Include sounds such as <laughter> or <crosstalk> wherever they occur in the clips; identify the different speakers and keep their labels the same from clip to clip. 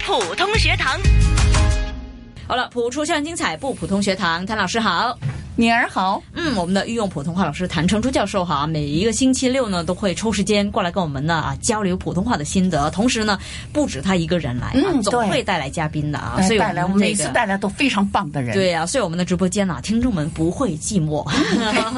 Speaker 1: 普通学堂。
Speaker 2: 好了，普出校园精彩，不普通学堂，谭老师好。
Speaker 3: 女儿好，
Speaker 2: 嗯，我们的御用普通话老师谭成珠教授哈，每一个星期六呢都会抽时间过来跟我们呢啊交流普通话的心得，同时呢不止他一个人来啊，
Speaker 3: 嗯
Speaker 2: 总
Speaker 3: 对
Speaker 2: 会带来嘉宾的啊，
Speaker 3: 哎
Speaker 2: 所以我
Speaker 3: 带
Speaker 2: 们
Speaker 3: 来
Speaker 2: 这个
Speaker 3: 每次带来都非常棒的人。
Speaker 2: 对呀、所以我们的直播间呢、听众们不会寂寞。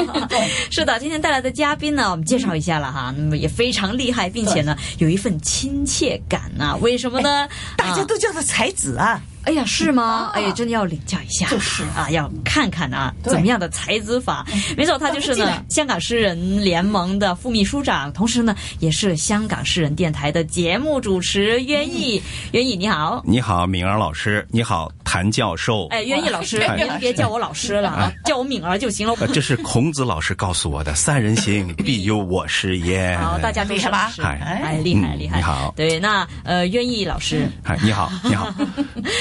Speaker 2: <laughs> 是的，今天带来的嘉宾呢，我们介绍一下了哈，那嗯么也非常厉害，并且呢有一份亲切感呐、为什么呢？
Speaker 3: 哎大家
Speaker 2: 啊
Speaker 3: 都叫他才子啊，
Speaker 2: 哎呀，是吗？
Speaker 3: 啊
Speaker 2: 哎呀，真的要领教一下，
Speaker 3: 就是
Speaker 2: 啊，要看看啊，
Speaker 3: 对
Speaker 2: 怎么样的才子法？没错，他就是
Speaker 3: 快进
Speaker 2: 呢
Speaker 3: 来，
Speaker 2: 香港诗人联盟的副秘书长，同时呢，也是香港诗人电台的节目主持袁毅。
Speaker 3: 嗯
Speaker 2: 袁毅你好，
Speaker 4: 你好，敏儿老师，你好，谭教授。
Speaker 2: 哎，袁毅老师，
Speaker 4: 哎
Speaker 2: 您别叫我老师了
Speaker 3: 哎
Speaker 2: 啊，叫我敏儿就行了。
Speaker 4: 呃，这是孔子老师告诉我的“三人行，必有我师焉”。
Speaker 2: 好，大家都
Speaker 3: 哎厉
Speaker 2: 是
Speaker 3: 害
Speaker 2: 老
Speaker 3: 吧
Speaker 2: 师，
Speaker 4: 嗨
Speaker 2: 哎，厉害
Speaker 4: 嗯
Speaker 2: 厉害。
Speaker 4: 你好
Speaker 2: 对，那呃，袁毅老
Speaker 3: 嗯
Speaker 2: 师，
Speaker 4: 哎，你好，
Speaker 2: <laughs>
Speaker 4: 你好，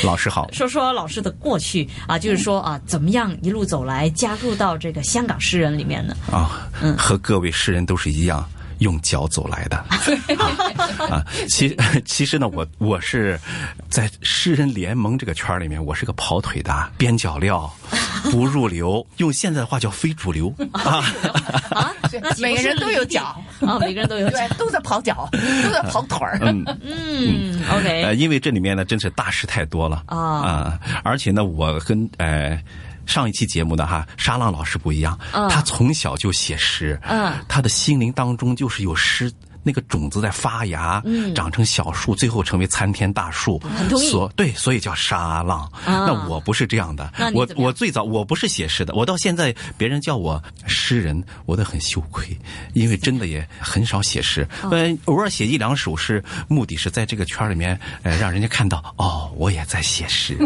Speaker 4: 老师好。
Speaker 2: 说说老师的过去啊，就是说啊，怎么样一路走来，加入到这个香港诗人里面呢？
Speaker 4: 啊，
Speaker 2: 嗯
Speaker 4: 和各位诗人都是一样。用脚走
Speaker 2: <laughs>
Speaker 4: 来的啊啊，其其实呢，我我是在诗人联盟这个圈儿里面，我是个跑腿的边角料，不入流，用现在的话叫非主流啊。
Speaker 2: 啊，那岂不
Speaker 3: <laughs>
Speaker 2: 是
Speaker 3: 每个人都有
Speaker 2: 离地 <laughs>
Speaker 3: 脚
Speaker 2: 啊，每个人都有脚。
Speaker 3: 对，都在跑
Speaker 2: <laughs>
Speaker 3: 脚，都在跑腿儿。
Speaker 4: 嗯，
Speaker 2: 嗯
Speaker 4: 呃，
Speaker 2: ，OK，
Speaker 4: 因为这里面呢，真是大事太多了
Speaker 2: 啊
Speaker 4: 而且呢，我跟呃。上一期节目呢，哈，沙浪老师不一样，
Speaker 2: 嗯
Speaker 4: 他从小就写诗，
Speaker 2: 嗯
Speaker 4: 他的心灵当中就是有诗那个种子在发芽，
Speaker 2: 嗯
Speaker 4: 长成小树，最后成为参天大树。
Speaker 2: 很同意
Speaker 4: 所对，所以叫沙浪。
Speaker 2: 啊
Speaker 4: 那我不是这样的
Speaker 2: 那，你
Speaker 4: 我
Speaker 2: 怎么样
Speaker 4: 我最早我不是写诗的，我到现在别人叫我诗人，我都很羞愧，因为真的也很少写诗，呃，偶尔写一两首诗，目的是在这个圈儿里面，呃，让人家看到哦，我也在写诗，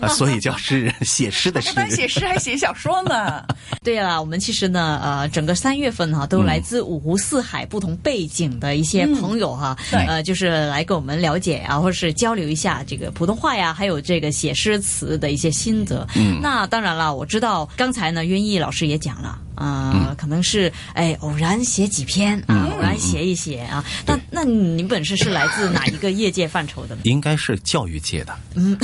Speaker 4: 啊所以叫诗人，写诗的
Speaker 3: 不
Speaker 4: 诗
Speaker 3: 但写
Speaker 4: 人。
Speaker 3: 诗，还写小说
Speaker 2: <laughs>
Speaker 3: 呢。
Speaker 2: 对了，我们其实呢，呃，整个三月份哈、都来自五湖四海不同背景的一些朋友哈、
Speaker 3: 嗯对
Speaker 2: 呃，就是来跟我们了解啊，或者是交流一下这个普通话呀，还有这个写诗词的一些心得。嗯，那当然了，我知道刚才呢，渊毅老师也讲了。啊、可能是哎，偶然写几篇啊，偶然写一写啊。那那你本身是来自哪一个业界范畴
Speaker 4: <laughs>
Speaker 2: 的呢？
Speaker 4: 应该是教育界的，嗯，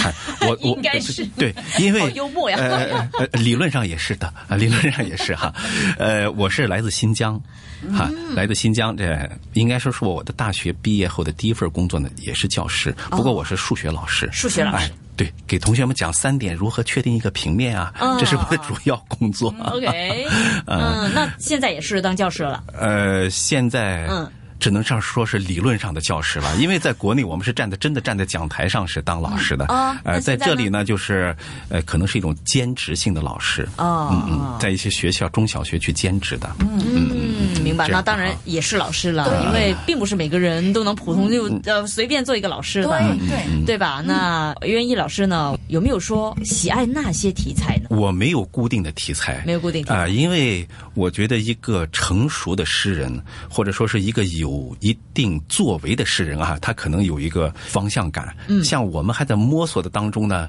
Speaker 4: 我
Speaker 2: <laughs>
Speaker 4: 我
Speaker 2: 应该是
Speaker 4: 对，因为
Speaker 2: 好幽默呀嗯
Speaker 4: 呃，呃理论上也是的，啊理论上也是哈，呃，我是来自新疆，
Speaker 2: 嗯
Speaker 4: 哈，来自新疆，这应该说是我的大学毕业后的第一份工作呢，也是教师，不过我是数学老师，
Speaker 2: 哦数学老师
Speaker 4: 哎。对，给同学们讲三点如何确定一个平面啊，
Speaker 2: 嗯
Speaker 4: 这是我的主要工作。
Speaker 2: OK，嗯，那现在也是当教师了，
Speaker 4: 呃，现在
Speaker 2: 嗯
Speaker 4: 只能上说是理论上的教
Speaker 2: <laughs>
Speaker 4: 师了，因为在国内我们是站在真的站在讲台上是当老师的，
Speaker 2: 嗯哦那
Speaker 4: 呃，在
Speaker 2: 现在
Speaker 4: 这里呢就是呃可能是一种兼职性的老师，
Speaker 2: 哦
Speaker 4: 嗯嗯，在一些学校中小学去兼职的，
Speaker 2: 嗯，明白。
Speaker 4: 这样
Speaker 2: 那当然
Speaker 4: 啊
Speaker 2: 也是老师了，因为并不是每个人都能普通就呃随便做一个老师
Speaker 3: 对嗯
Speaker 2: 的，嗯
Speaker 3: 对，
Speaker 2: 对吧？那袁一老师呢，有没有说喜爱那些题材呢？
Speaker 4: 我没有固定的题材，
Speaker 2: 没有固定题材
Speaker 4: 啊、因为我觉得一个成熟的诗人，或者说是一个有一定作为的诗人啊，他可能有一个方向感。嗯，像我们还在摸索的当中呢，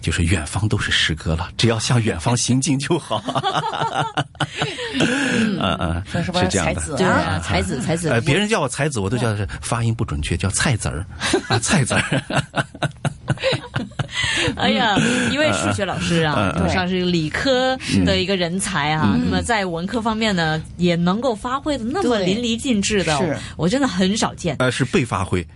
Speaker 4: 就是远方都是诗歌了，只要向远方行进就好。 <laughs> 嗯嗯，
Speaker 3: 说什么
Speaker 4: 是这样
Speaker 3: 才子
Speaker 4: 的。
Speaker 2: 对
Speaker 3: 啊
Speaker 2: 啊，才子才子
Speaker 4: 呃，，别人叫我才子，我都叫是发音不准确，叫菜子儿啊，菜子儿。
Speaker 2: <laughs> 哎呀，一位数学老师啊，
Speaker 3: 嗯
Speaker 2: 同上是理科的一个人才啊，那么在文科方面呢，也能够发挥的那么
Speaker 3: 对
Speaker 2: 淋漓尽致的
Speaker 3: 是，
Speaker 2: 我真的很少见。
Speaker 4: 呃，是被发
Speaker 2: <laughs>
Speaker 4: 挥，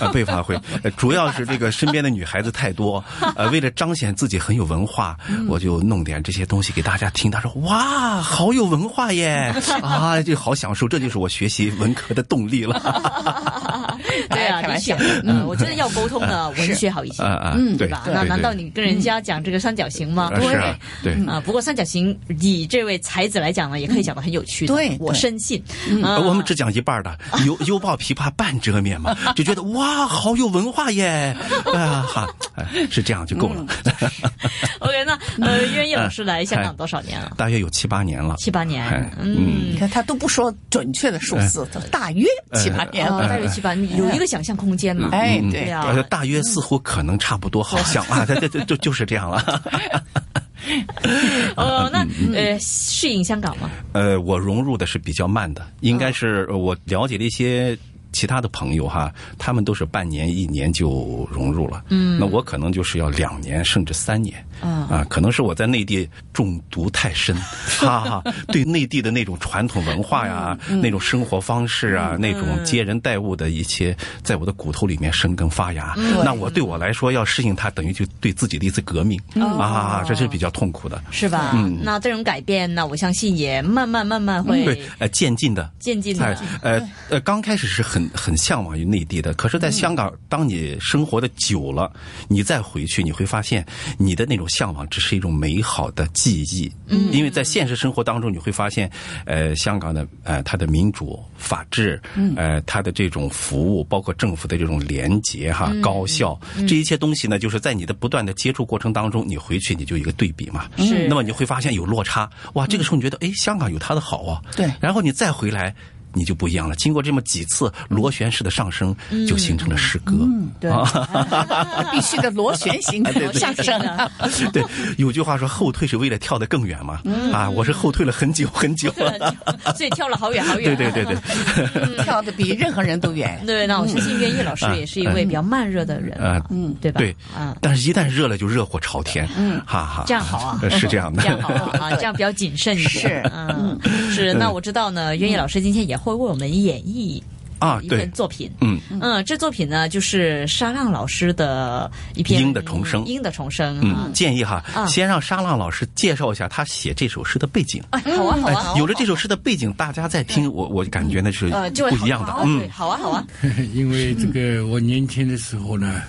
Speaker 4: 呃，被发挥，呃主要是这个身边的女孩子太多，呃，为了彰显自己很有文化，
Speaker 2: 嗯
Speaker 4: 我就弄点这些东西给大家听。他说：“哇，好有文化
Speaker 2: <laughs>
Speaker 4: 耶！啊，就好享受，这就是我学习文科的动
Speaker 2: <laughs>
Speaker 4: 力了。啊
Speaker 2: 对啊，
Speaker 3: 哎开
Speaker 2: 的
Speaker 3: 玩
Speaker 2: 确
Speaker 3: 笑，
Speaker 2: 嗯，我觉得要沟通呢，文学好一”些
Speaker 4: 啊，啊，对
Speaker 2: 嗯吧？
Speaker 4: 对
Speaker 2: 那
Speaker 4: 对
Speaker 2: 难道你跟人家讲这个三角形吗？
Speaker 4: 啊是啊，对，
Speaker 2: 啊，不过三角形以这位才子来讲呢，也可以讲得很有趣的。
Speaker 3: 对对
Speaker 2: 我深信。啊
Speaker 4: 呃我们只讲一半儿的，犹犹抱琵琶半遮面嘛，就觉得哇，好有文化耶！啊哈，哎是这样就够
Speaker 2: 嗯
Speaker 4: 了。
Speaker 2: OK，那呃，袁毅老师来香港多少年了？
Speaker 4: 大约有七八年了，
Speaker 2: 七八年
Speaker 4: 哎。
Speaker 2: 嗯
Speaker 3: 你。看他都不说准确的数字，他大约 <laughs>
Speaker 4: 嗯
Speaker 3: 七八年
Speaker 4: 哎
Speaker 2: 啊，
Speaker 3: 了。
Speaker 2: 大约七八，有一个想象空间嘛？
Speaker 3: 哎，
Speaker 2: 对
Speaker 3: 对，
Speaker 2: 啊
Speaker 4: 呃，大约似乎可能差不多，好像啊，这这这就就是这样了。
Speaker 2: 哦，那
Speaker 4: 嗯
Speaker 2: 呃，适应香港吗？
Speaker 4: 呃，我融入的是比较慢的，应该是呃我了解了一些其他的朋友哈，他们都是半年、一年就融入了。嗯，那我可能就是要两年甚至三年。
Speaker 2: 嗯
Speaker 4: 啊，可能是我在内地中毒太 <laughs> 深，哈哈，对内地的那种传统文化呀、那种生活方式啊、那种接人待物的一切，在我的骨头里面生根发芽。那我对我来说要适应它，等于就对自己的一次革命、啊，这是比较痛苦的。
Speaker 2: 是吧？
Speaker 4: 嗯
Speaker 2: 那这种改变呢，我相信也慢慢慢慢会
Speaker 4: 对，呃，渐进的，
Speaker 2: 渐进
Speaker 4: 哎
Speaker 2: 的。，
Speaker 4: 呃呃，刚开始是很很向往于内地的，可是，在香港，当你生活的久了，你再回去，你会发现你的那种向往只是一种美好的记忆。嗯，因为在现实生活当中，你会发现，呃，香港的呃，它的民主、法治，呃，它的这种服务，包括政府的这种廉洁哈、高效，这一切东西呢，就是在你的不断的接触过程当中，你回去你就有一个对比嘛。
Speaker 2: 是
Speaker 4: 那么你会发现有落差，哇，这个时候你觉得，哎，香港有它的好啊。
Speaker 3: 对
Speaker 4: 然后你再回来，你就不一样了。经过这么几次螺旋式的上升，
Speaker 2: 嗯
Speaker 4: 就形成了诗歌。
Speaker 3: 嗯对，
Speaker 2: 哦
Speaker 3: <laughs> 必须得螺旋
Speaker 2: <laughs>
Speaker 3: 形
Speaker 2: 哎
Speaker 3: 上升啊，
Speaker 4: <laughs> 对，有句话说“后退是为了跳得更远”嘛。
Speaker 2: 嗯
Speaker 4: 啊，我是后退了很久很久
Speaker 2: <laughs>
Speaker 4: 了。
Speaker 2: 所以跳了好远好远。
Speaker 4: <laughs> 对对对对，
Speaker 2: 嗯
Speaker 3: 跳的比任何人都远。
Speaker 2: 对，那我相信袁毅老师也是一位比较慢热的人
Speaker 4: 啊，
Speaker 2: 嗯，对吧？
Speaker 4: 嗯对
Speaker 2: 啊，。
Speaker 4: 但是，一旦热了就热火朝天。嗯，哈哈，，
Speaker 2: 这样好啊
Speaker 4: <laughs> 是这样的
Speaker 2: 这。样好啊，啊这样比较谨慎一点。
Speaker 3: 是
Speaker 2: 嗯，是。那我知道呢，袁毅老师今天也会为我们演绎
Speaker 4: 啊
Speaker 2: 一
Speaker 4: 对
Speaker 2: 篇作品。
Speaker 4: <laughs> 嗯
Speaker 2: 嗯，这作品呢就是沙浪老师的一篇《
Speaker 4: 鹰的重生
Speaker 2: 鹰的重生》啊
Speaker 4: 嗯，。建议哈，
Speaker 2: 嗯
Speaker 4: 先让沙浪老师介绍一下他写这首诗的背景。
Speaker 2: 哎，好啊，好
Speaker 4: 哎
Speaker 2: 啊，好啊
Speaker 4: 有了这首诗的背景，大家在听我，我感觉那是
Speaker 2: 呃，就会
Speaker 4: 不
Speaker 2: 好
Speaker 4: 一样的
Speaker 2: 好。啊
Speaker 4: 嗯
Speaker 2: 对，好啊，好啊，
Speaker 1: <laughs> 因为这个，我年轻的时候
Speaker 3: <laughs>
Speaker 1: 呢，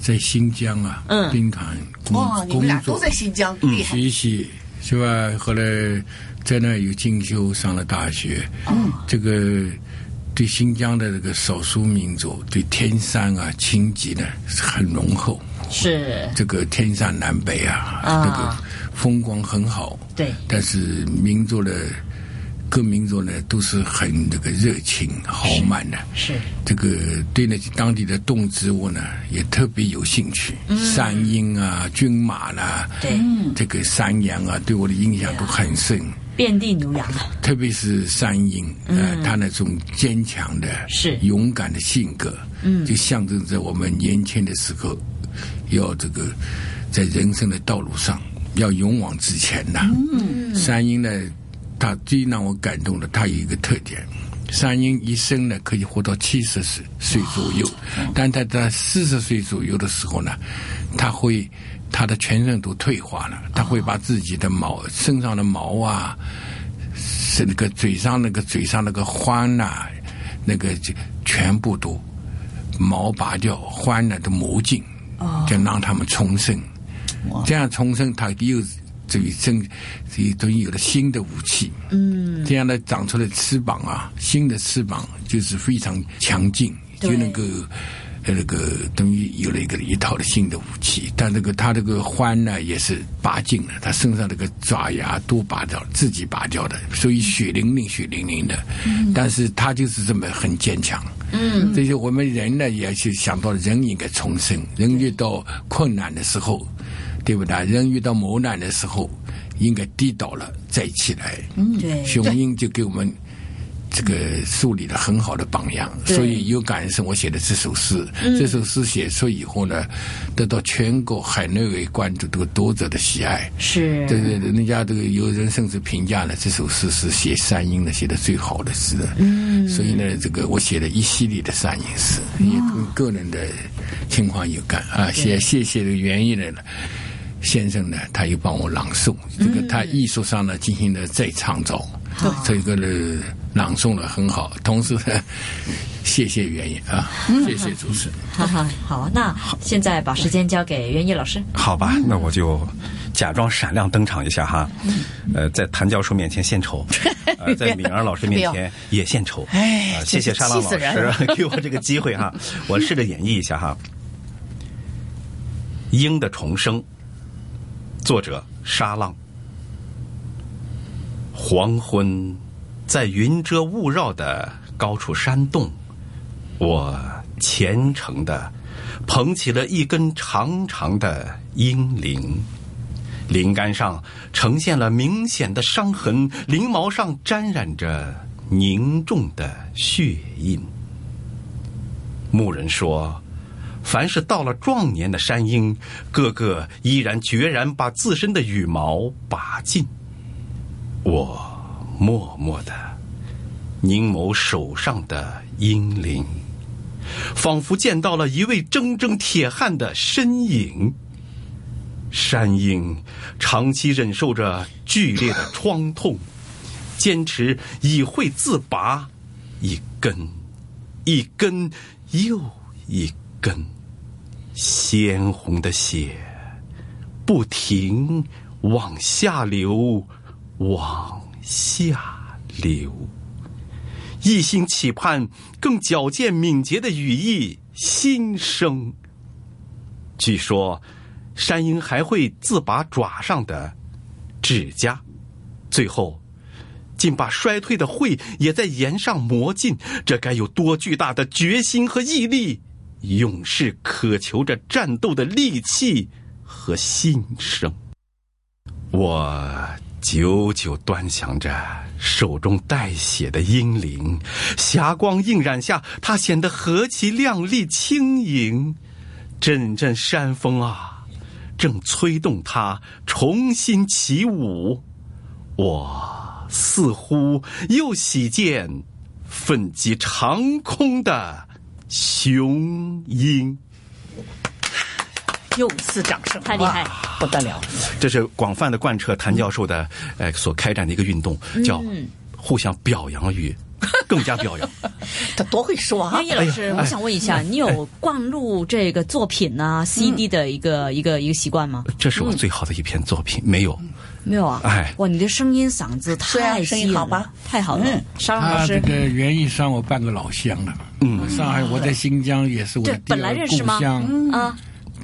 Speaker 1: 在新疆啊，
Speaker 2: 嗯
Speaker 1: 宾坎工
Speaker 3: 哇，你们
Speaker 1: 工
Speaker 3: 俩都
Speaker 1: 作
Speaker 3: 在新疆，厉害！
Speaker 1: 学习是吧？后来在那有进修，上了大学。
Speaker 3: 哦
Speaker 1: 这个对新疆的这个少数民族，对天山啊情结呢是很浓厚。
Speaker 2: 是，
Speaker 1: 这个天山南北啊，
Speaker 2: 啊
Speaker 1: 这个风光很好。
Speaker 2: 对
Speaker 1: 但是民族的各民族呢都是很这个热情豪迈的。
Speaker 2: 是，
Speaker 4: 嗯
Speaker 1: 这个对那些当地的动植物呢，也特别有兴趣。山鹰啊，军马啦、
Speaker 2: 对，
Speaker 1: 这个山羊啊，对我的影响都很深。
Speaker 2: 遍地牛羊啊，
Speaker 1: 特别是山鹰，呃，它那种坚强的、
Speaker 2: 是
Speaker 1: 勇敢的性格，嗯，就象征着我们年轻的时候，要这个在人生的道路上要勇往直前呐、嗯，山鹰呢，它最让我感动的，它有一个特点。山鹰一生呢可以活到七十岁岁左右，但它在四十岁左右的时候呢，它会它的全身都退化了，它会把自己的毛、身上的毛啊，是那个嘴上那个嘴上那个欢呐、那个就全部都毛拔掉，欢呐、都磨尽，就让他们重生。这样重生，它又这一生，这一种有了新的武器。嗯，这样呢，长出了翅膀啊，新的翅膀就是非常强劲，就
Speaker 2: 对
Speaker 1: 能够。呃，那个等于有了一个一套的新的武器，但这个它这个獾呢也是拔尽了，它身上这个爪牙都拔掉，自己拔掉的，所以血淋淋、血淋淋的。但是它就是这么很坚强。嗯，这些我们人呢也是想到人应该重生，人遇到困难的时候，对不对？人遇到磨难的时候，应该跌倒了再起来。嗯，
Speaker 2: 对
Speaker 1: 雄鹰就给我们这个树立了很好的榜样，
Speaker 2: 对嗯
Speaker 1: 所以有感是我写的这首诗。这首诗写出以后呢，得到全国海内外关注这个读者的喜爱。
Speaker 2: 是，
Speaker 1: 这个人家这个有人甚至评价了这首诗是写山鹰的写的最好的诗了。嗯，所以呢，这个我写了一系列的山鹰诗，也嗯跟个人的情况有关啊。谢谢谢这个袁艺人呢。先生呢，他又帮我朗诵，这个他艺术上呢进行了再创造，这个呢朗诵了很好，同时呢，谢谢袁艺啊，谢谢主持人。
Speaker 2: 哈哈，好啊，那现在把时间交给袁毅老师。
Speaker 4: 好吧，那我就假装闪亮登场一下哈，呃，在谭教授面前献丑，呃，在敏儿老师面前也献丑，
Speaker 3: 哎
Speaker 4: 呃谢谢
Speaker 3: 真是
Speaker 4: 沙浪
Speaker 3: 气
Speaker 4: 老
Speaker 3: 死人
Speaker 4: 师啊 <laughs> 给我这个机会哈，我试着演绎一下哈，《鹰的重生》，作者沙浪。黄昏，在云遮雾绕的高处山洞，我虔诚的捧起了一根长长的鹰翎，翎杆上呈现了明显的伤痕，翎毛上沾染着凝重的血印。牧人说：“凡是到了壮年的山鹰，个个依然决然把自身的羽毛拔尽。”我默默的凝眸手上的鹰翎，仿佛见到了一位铮铮铁汉的身影。山鹰长期忍受着剧烈的创痛，坚持以会自拔，一根一根又一根，鲜红的血不停往下流，往下流。一心期盼更矫健敏捷的羽翼新生。据说，山鹰还会自拔爪上的指甲，最后竟把衰退的喙也在岩上磨尽。这该有多巨大的决心和毅力！勇士渴求着战斗的力气和新生。我久久端详着手中带血的英灵，霞光映染下，它显得何其亮丽轻盈。阵阵山风啊，正催动它重新起舞。我似乎又喜见奋击长空的雄鹰。
Speaker 3: 又一次掌声，
Speaker 2: 太厉害
Speaker 3: 哇，不得了！
Speaker 4: 这是广泛的贯彻谭教授的呃所开展的一个运动，叫互相表扬与更加表扬。
Speaker 3: 他多会说啊
Speaker 2: 因！为叶老师，我想问一下，你有灌录这个作品呢 CD 的一个一个一个习惯吗？
Speaker 4: 这是我最好的一篇作品，没有。
Speaker 2: 没有啊。
Speaker 4: 哎
Speaker 2: 哇，你的声音嗓子
Speaker 3: 是啊
Speaker 2: 太
Speaker 3: 声
Speaker 2: 吸
Speaker 3: 音
Speaker 2: 引
Speaker 3: 好
Speaker 2: 了，
Speaker 3: 吧
Speaker 2: 太好了
Speaker 3: 嗯。 <laughs>
Speaker 2: 沙朗老
Speaker 1: 他这
Speaker 2: 师，
Speaker 1: 个园艺伤我半个老乡了。嗯，上海我在新疆也是我的
Speaker 2: 对
Speaker 1: 第
Speaker 2: 本来
Speaker 1: 二
Speaker 2: 认识吗
Speaker 1: 故乡。
Speaker 3: 嗯
Speaker 2: 啊，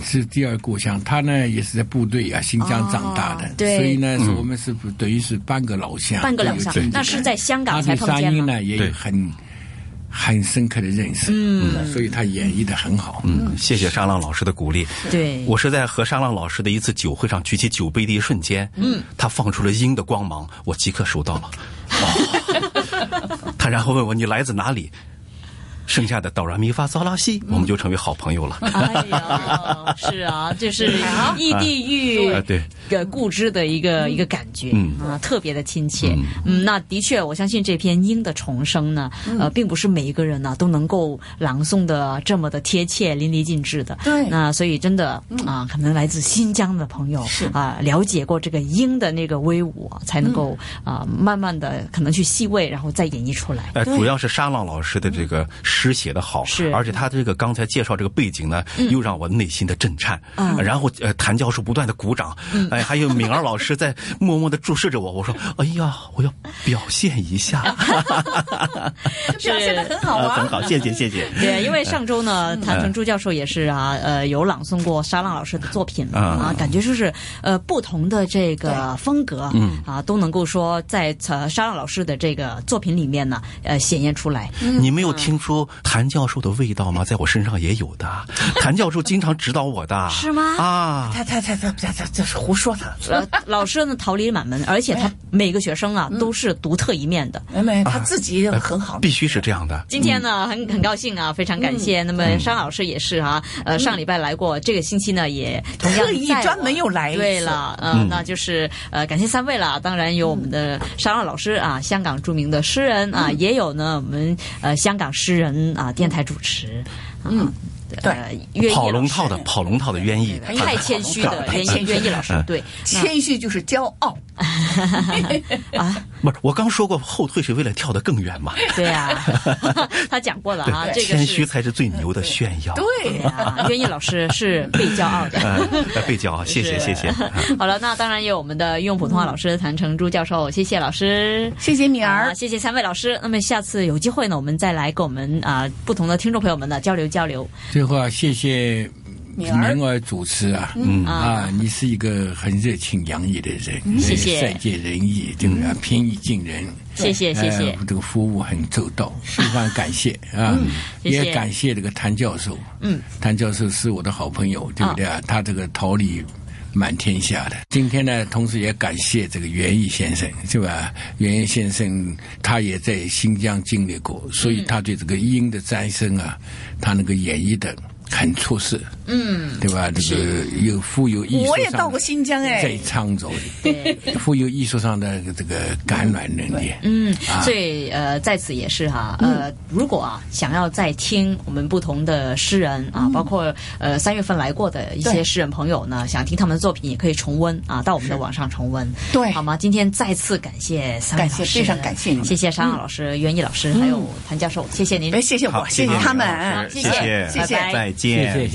Speaker 1: 是第二故乡，他呢也是在部队啊，新疆长大的，
Speaker 2: 哦对
Speaker 1: 所以呢，是我们是等于是半个老乡，
Speaker 2: 半个
Speaker 1: 有
Speaker 2: 两下
Speaker 1: 这，
Speaker 2: 那是在香港
Speaker 1: 他
Speaker 2: 才
Speaker 1: 对
Speaker 2: 碰
Speaker 1: 山
Speaker 2: 见
Speaker 1: 鹰
Speaker 2: 吗？
Speaker 1: 呢也
Speaker 4: 对
Speaker 1: 有很很深刻的认识，嗯，所以他演绎的很好，嗯，
Speaker 4: 嗯，谢谢沙浪老师的鼓励。
Speaker 2: 对
Speaker 4: 我是在和沙浪老师的一次酒会上举起酒杯的一瞬间，嗯，他放出了鹰的光芒，我即刻收到了。哦、 <laughs> 他然后问我你来自哪里，剩下的哆来咪发嗦拉西，
Speaker 2: 嗯
Speaker 4: 我们就成为好朋友了。
Speaker 2: 哎呀，是啊，就是异地域
Speaker 4: 啊对
Speaker 2: 个故知的一个一个感觉，
Speaker 4: 嗯
Speaker 2: 啊，特别的亲切。嗯，那的确，我相信这篇《鹰的重生》呢，
Speaker 3: 嗯
Speaker 2: 呃，并不是每一个人呢都能够朗诵的这么的贴切、淋漓尽致的。
Speaker 3: 对嗯
Speaker 2: 那所以真的啊，可能来自新疆的朋友
Speaker 3: 是
Speaker 2: 啊，了解过这个鹰的那个威武啊，才能够啊，慢慢的可能去细味，然后再演绎出来。
Speaker 4: 呃，主要是沙浪老师的这个诗写的好，
Speaker 2: 是
Speaker 4: 而且他这个刚才介绍这个背景呢，又让我内心的震颤。
Speaker 2: 嗯
Speaker 4: 然后呃，谭教授不断的鼓掌，哎，还有敏儿老师在默默的注视着我，我说，哎呀，我要表现一下，
Speaker 2: <laughs>
Speaker 3: 表现的很好啊
Speaker 4: 啊很。好，谢谢谢谢。
Speaker 2: 对，因为上周呢，谭成珠教授也是啊，呃，有朗诵过沙浪老师的作品
Speaker 4: 啊
Speaker 2: 啊，感觉就是呃不同的这个风格，嗯啊，都能够说在呃沙浪老师的这个作品里面呢，呃显现出来。
Speaker 3: 嗯
Speaker 4: 你没有听出谭教授的味道吗？在我身上也有的，
Speaker 3: <laughs>
Speaker 4: 谭教授经常指导我的，
Speaker 2: 是吗
Speaker 4: 啊，
Speaker 3: 他他他他他他这是胡说他，
Speaker 2: 呃，老师呢桃李满门，而且他每个学生啊都是独特一面的。
Speaker 3: 没没，他自己
Speaker 4: 呃
Speaker 3: 很好。
Speaker 4: 必须是这样的。
Speaker 2: 今天呢，很很高兴啊，非常感
Speaker 3: 嗯
Speaker 2: 谢。那么沙老师也是啊，呃，上礼拜来过，这个星期呢也同样
Speaker 3: 特意
Speaker 2: 在我
Speaker 3: 专门又来一次
Speaker 2: 对了，嗯，那就是呃，感谢三位了。当然有我们的
Speaker 3: 嗯
Speaker 2: 沙浪老师啊，香港著名的诗人啊，也有呢我们呃香港诗人啊，电台主持，嗯，
Speaker 3: 对
Speaker 2: 呃，乐毅
Speaker 4: 跑
Speaker 2: 老
Speaker 4: 龙
Speaker 2: 师
Speaker 4: 套的，跑龙套的啊冤义，
Speaker 3: 啊对对哎
Speaker 2: 太谦虚
Speaker 3: 跑龙
Speaker 2: 的，
Speaker 3: 套
Speaker 2: 袁
Speaker 3: 太谦虚
Speaker 2: 袁毅老
Speaker 4: 嗯
Speaker 2: 师对。那
Speaker 3: 谦虚就是骄傲，
Speaker 4: 不是我刚说过后退是为了跳得更远嘛？
Speaker 2: 对
Speaker 3: <laughs>
Speaker 2: 呀、啊，他讲过了啊，这
Speaker 4: 对，
Speaker 2: 个是
Speaker 4: 谦虚才是最牛的炫耀。
Speaker 3: 对
Speaker 2: 对啊，袁毅老师是被骄傲
Speaker 4: <laughs>
Speaker 2: 的。
Speaker 4: 呃，被教，谢谢谢谢。
Speaker 2: <laughs> 好了，那当然也有我们的用普通话老师谭成珠教授，谢谢老师。
Speaker 3: 谢谢敏
Speaker 2: 啊，
Speaker 3: 儿，
Speaker 2: 谢谢三位老师。那么下次有机会呢，我们再来跟我们啊、不同的听众朋友们呢交流交流。
Speaker 1: 最后啊，谢谢
Speaker 3: 敏儿
Speaker 1: 明儿主持啊，嗯啊，你是一个很热情洋溢的人，
Speaker 2: 嗯
Speaker 1: 呃
Speaker 2: 谢谢嗯
Speaker 1: 善解人意，对不对？平易啊近人，
Speaker 2: 谢谢谢谢
Speaker 1: 呃，这个服务很周到，非常
Speaker 3: <laughs>
Speaker 1: 感谢啊！
Speaker 2: 谢谢
Speaker 1: 也感
Speaker 3: 嗯
Speaker 1: 谢这个谭教授，嗯，谭教授是我的好朋友，对不对啊？他这个桃李满天下的。今天呢，同时也感谢这个袁毅先生，是吧？袁毅先生他也在新疆经历过，
Speaker 3: 嗯
Speaker 1: 所以他对这个鹰的再生啊，他那个演绎的很出色，嗯，对吧？这个有富有艺术上
Speaker 3: 我
Speaker 1: 的，
Speaker 3: 也到过新疆哎
Speaker 1: 在沧州，富有艺术上的这个感染能力，嗯。
Speaker 2: 嗯，
Speaker 3: 啊
Speaker 2: 所以呃，在此也是哈、
Speaker 3: 嗯
Speaker 2: 呃，如果啊想要再听我们不同的诗人啊，包括呃三月份来过的一些
Speaker 3: 嗯对
Speaker 2: 诗人朋友呢，想听他们的作品也可以重温啊，到我们的网上重温，
Speaker 3: 对
Speaker 2: 好吗？今天再次感谢三位
Speaker 3: 感谢
Speaker 2: 老师
Speaker 3: 非常感谢你们嗯
Speaker 2: 谢谢沙朗老师、袁毅老师还有谭教授，谢谢您
Speaker 3: 哎，。谢谢
Speaker 4: 好
Speaker 3: 我，谢
Speaker 4: 谢
Speaker 3: 他们，
Speaker 4: 好
Speaker 2: 谢谢
Speaker 4: 谢
Speaker 3: 哎
Speaker 2: 拜拜
Speaker 4: 再见，
Speaker 1: 谢谢